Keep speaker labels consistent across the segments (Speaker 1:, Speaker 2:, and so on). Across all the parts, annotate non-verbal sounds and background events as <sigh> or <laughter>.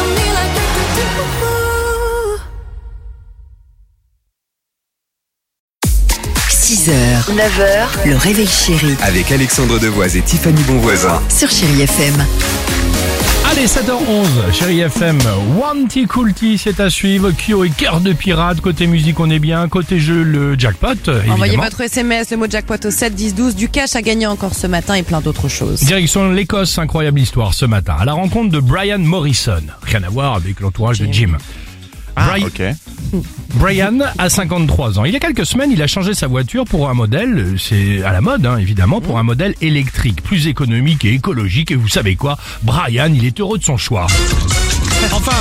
Speaker 1: on me like do, do, do, do.
Speaker 2: 6h, 9h, le réveil chéri
Speaker 3: Avec Alexandre Devoise et Tiffany Bonvoisin.
Speaker 2: sur Chérie FM.
Speaker 4: Allez, 7h11, chérie FM, Wanty Coolty, c'est à suivre. Kyo et cœur de pirate, côté musique, on est bien. Côté jeu, le jackpot, évidemment.
Speaker 5: Envoyez votre SMS, le mot jackpot au 7 10 12, du cash à gagner encore ce matin et plein d'autres choses.
Speaker 4: Direction l'Écosse, incroyable histoire ce matin, à la rencontre de Brian Morrison. Rien à voir avec l'entourage de Jim. Bri- Brian a 53 ans. Il y a quelques semaines, il a changé sa voiture pour un modèle, euh, c'est à la mode hein, évidemment, pour un modèle électrique, plus économique et écologique. Et vous savez quoi Brian, il est heureux de son choix. Enfin,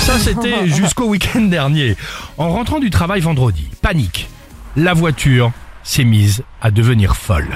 Speaker 4: ça c'était jusqu'au week-end dernier. En rentrant du travail vendredi, panique. La voiture s'est mise à devenir folle.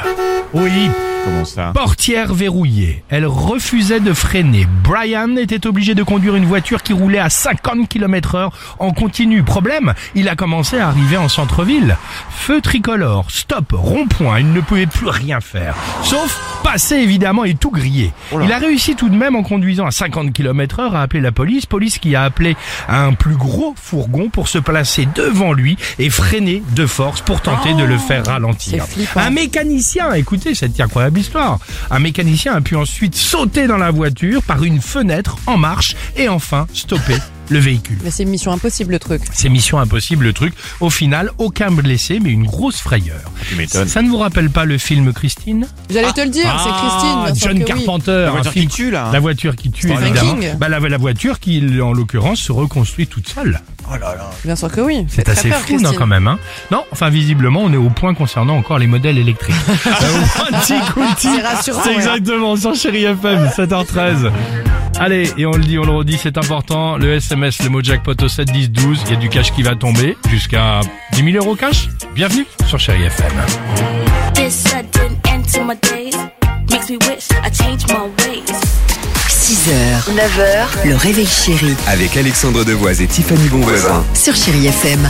Speaker 4: Oui,
Speaker 6: Comment ça
Speaker 4: Portière verrouillée. Elle refusait de freiner. Brian était obligé de conduire une voiture qui roulait à 50 km heure en continu. Problème, il a commencé à arriver en centre-ville. Feu tricolore, stop, rond-point, il ne pouvait plus rien faire. Sauf passer évidemment et tout griller. Il a réussi tout de même en conduisant à 50 km heure à appeler la police, police qui a appelé un plus gros fourgon pour se placer devant lui et freiner de force pour tenter de le faire ralentir.
Speaker 5: c'est flippant.
Speaker 4: Un mécanicien, écoutez cette incroyable histoire. Un mécanicien a pu ensuite sauter dans la voiture par une fenêtre en marche et enfin stopper le véhicule.
Speaker 5: Mais c'est mission impossible le truc.
Speaker 4: C'est mission impossible le truc. Au final, aucun blessé mais une grosse frayeur.
Speaker 6: Tu m'étonnes.
Speaker 4: Ça ne vous rappelle pas le film Christine
Speaker 5: J'allais te le dire, c'est Christine. bien sûr
Speaker 4: Ah. John
Speaker 5: que oui.
Speaker 4: Carpenter,
Speaker 6: La
Speaker 4: un
Speaker 6: voiture
Speaker 4: film-
Speaker 6: qui tue, là.
Speaker 4: La voiture qui tue
Speaker 5: Stephen
Speaker 4: évidemment.
Speaker 5: King.
Speaker 4: Bah, la, la voiture qui en l'occurrence se reconstruit toute seule.
Speaker 5: Bien sûr que oui.
Speaker 4: C'est assez fou, non, quand même. Hein non, enfin, visiblement, on est au point concernant encore les modèles électriques.
Speaker 5: <laughs>
Speaker 4: Euh, Wanty Coolty,
Speaker 5: C'est rassurant,
Speaker 4: C'est
Speaker 5: Oh, ouais.
Speaker 4: exactement ça, chérie FM, 7h13. Allez, et on le dit, on le redit, c'est important. Le SMS, le mot jackpot au 7 10 12. Il y a du cash qui va tomber jusqu'à 10 000 euros cash. Bienvenue sur chérie FM.
Speaker 7: This sudden end to my days makes me wish I changed my ways.
Speaker 2: 6h, 9h, le réveil chéri
Speaker 3: Avec Alexandre Devoise et Tiffany Bonvoisin.
Speaker 2: sur Chérie FM.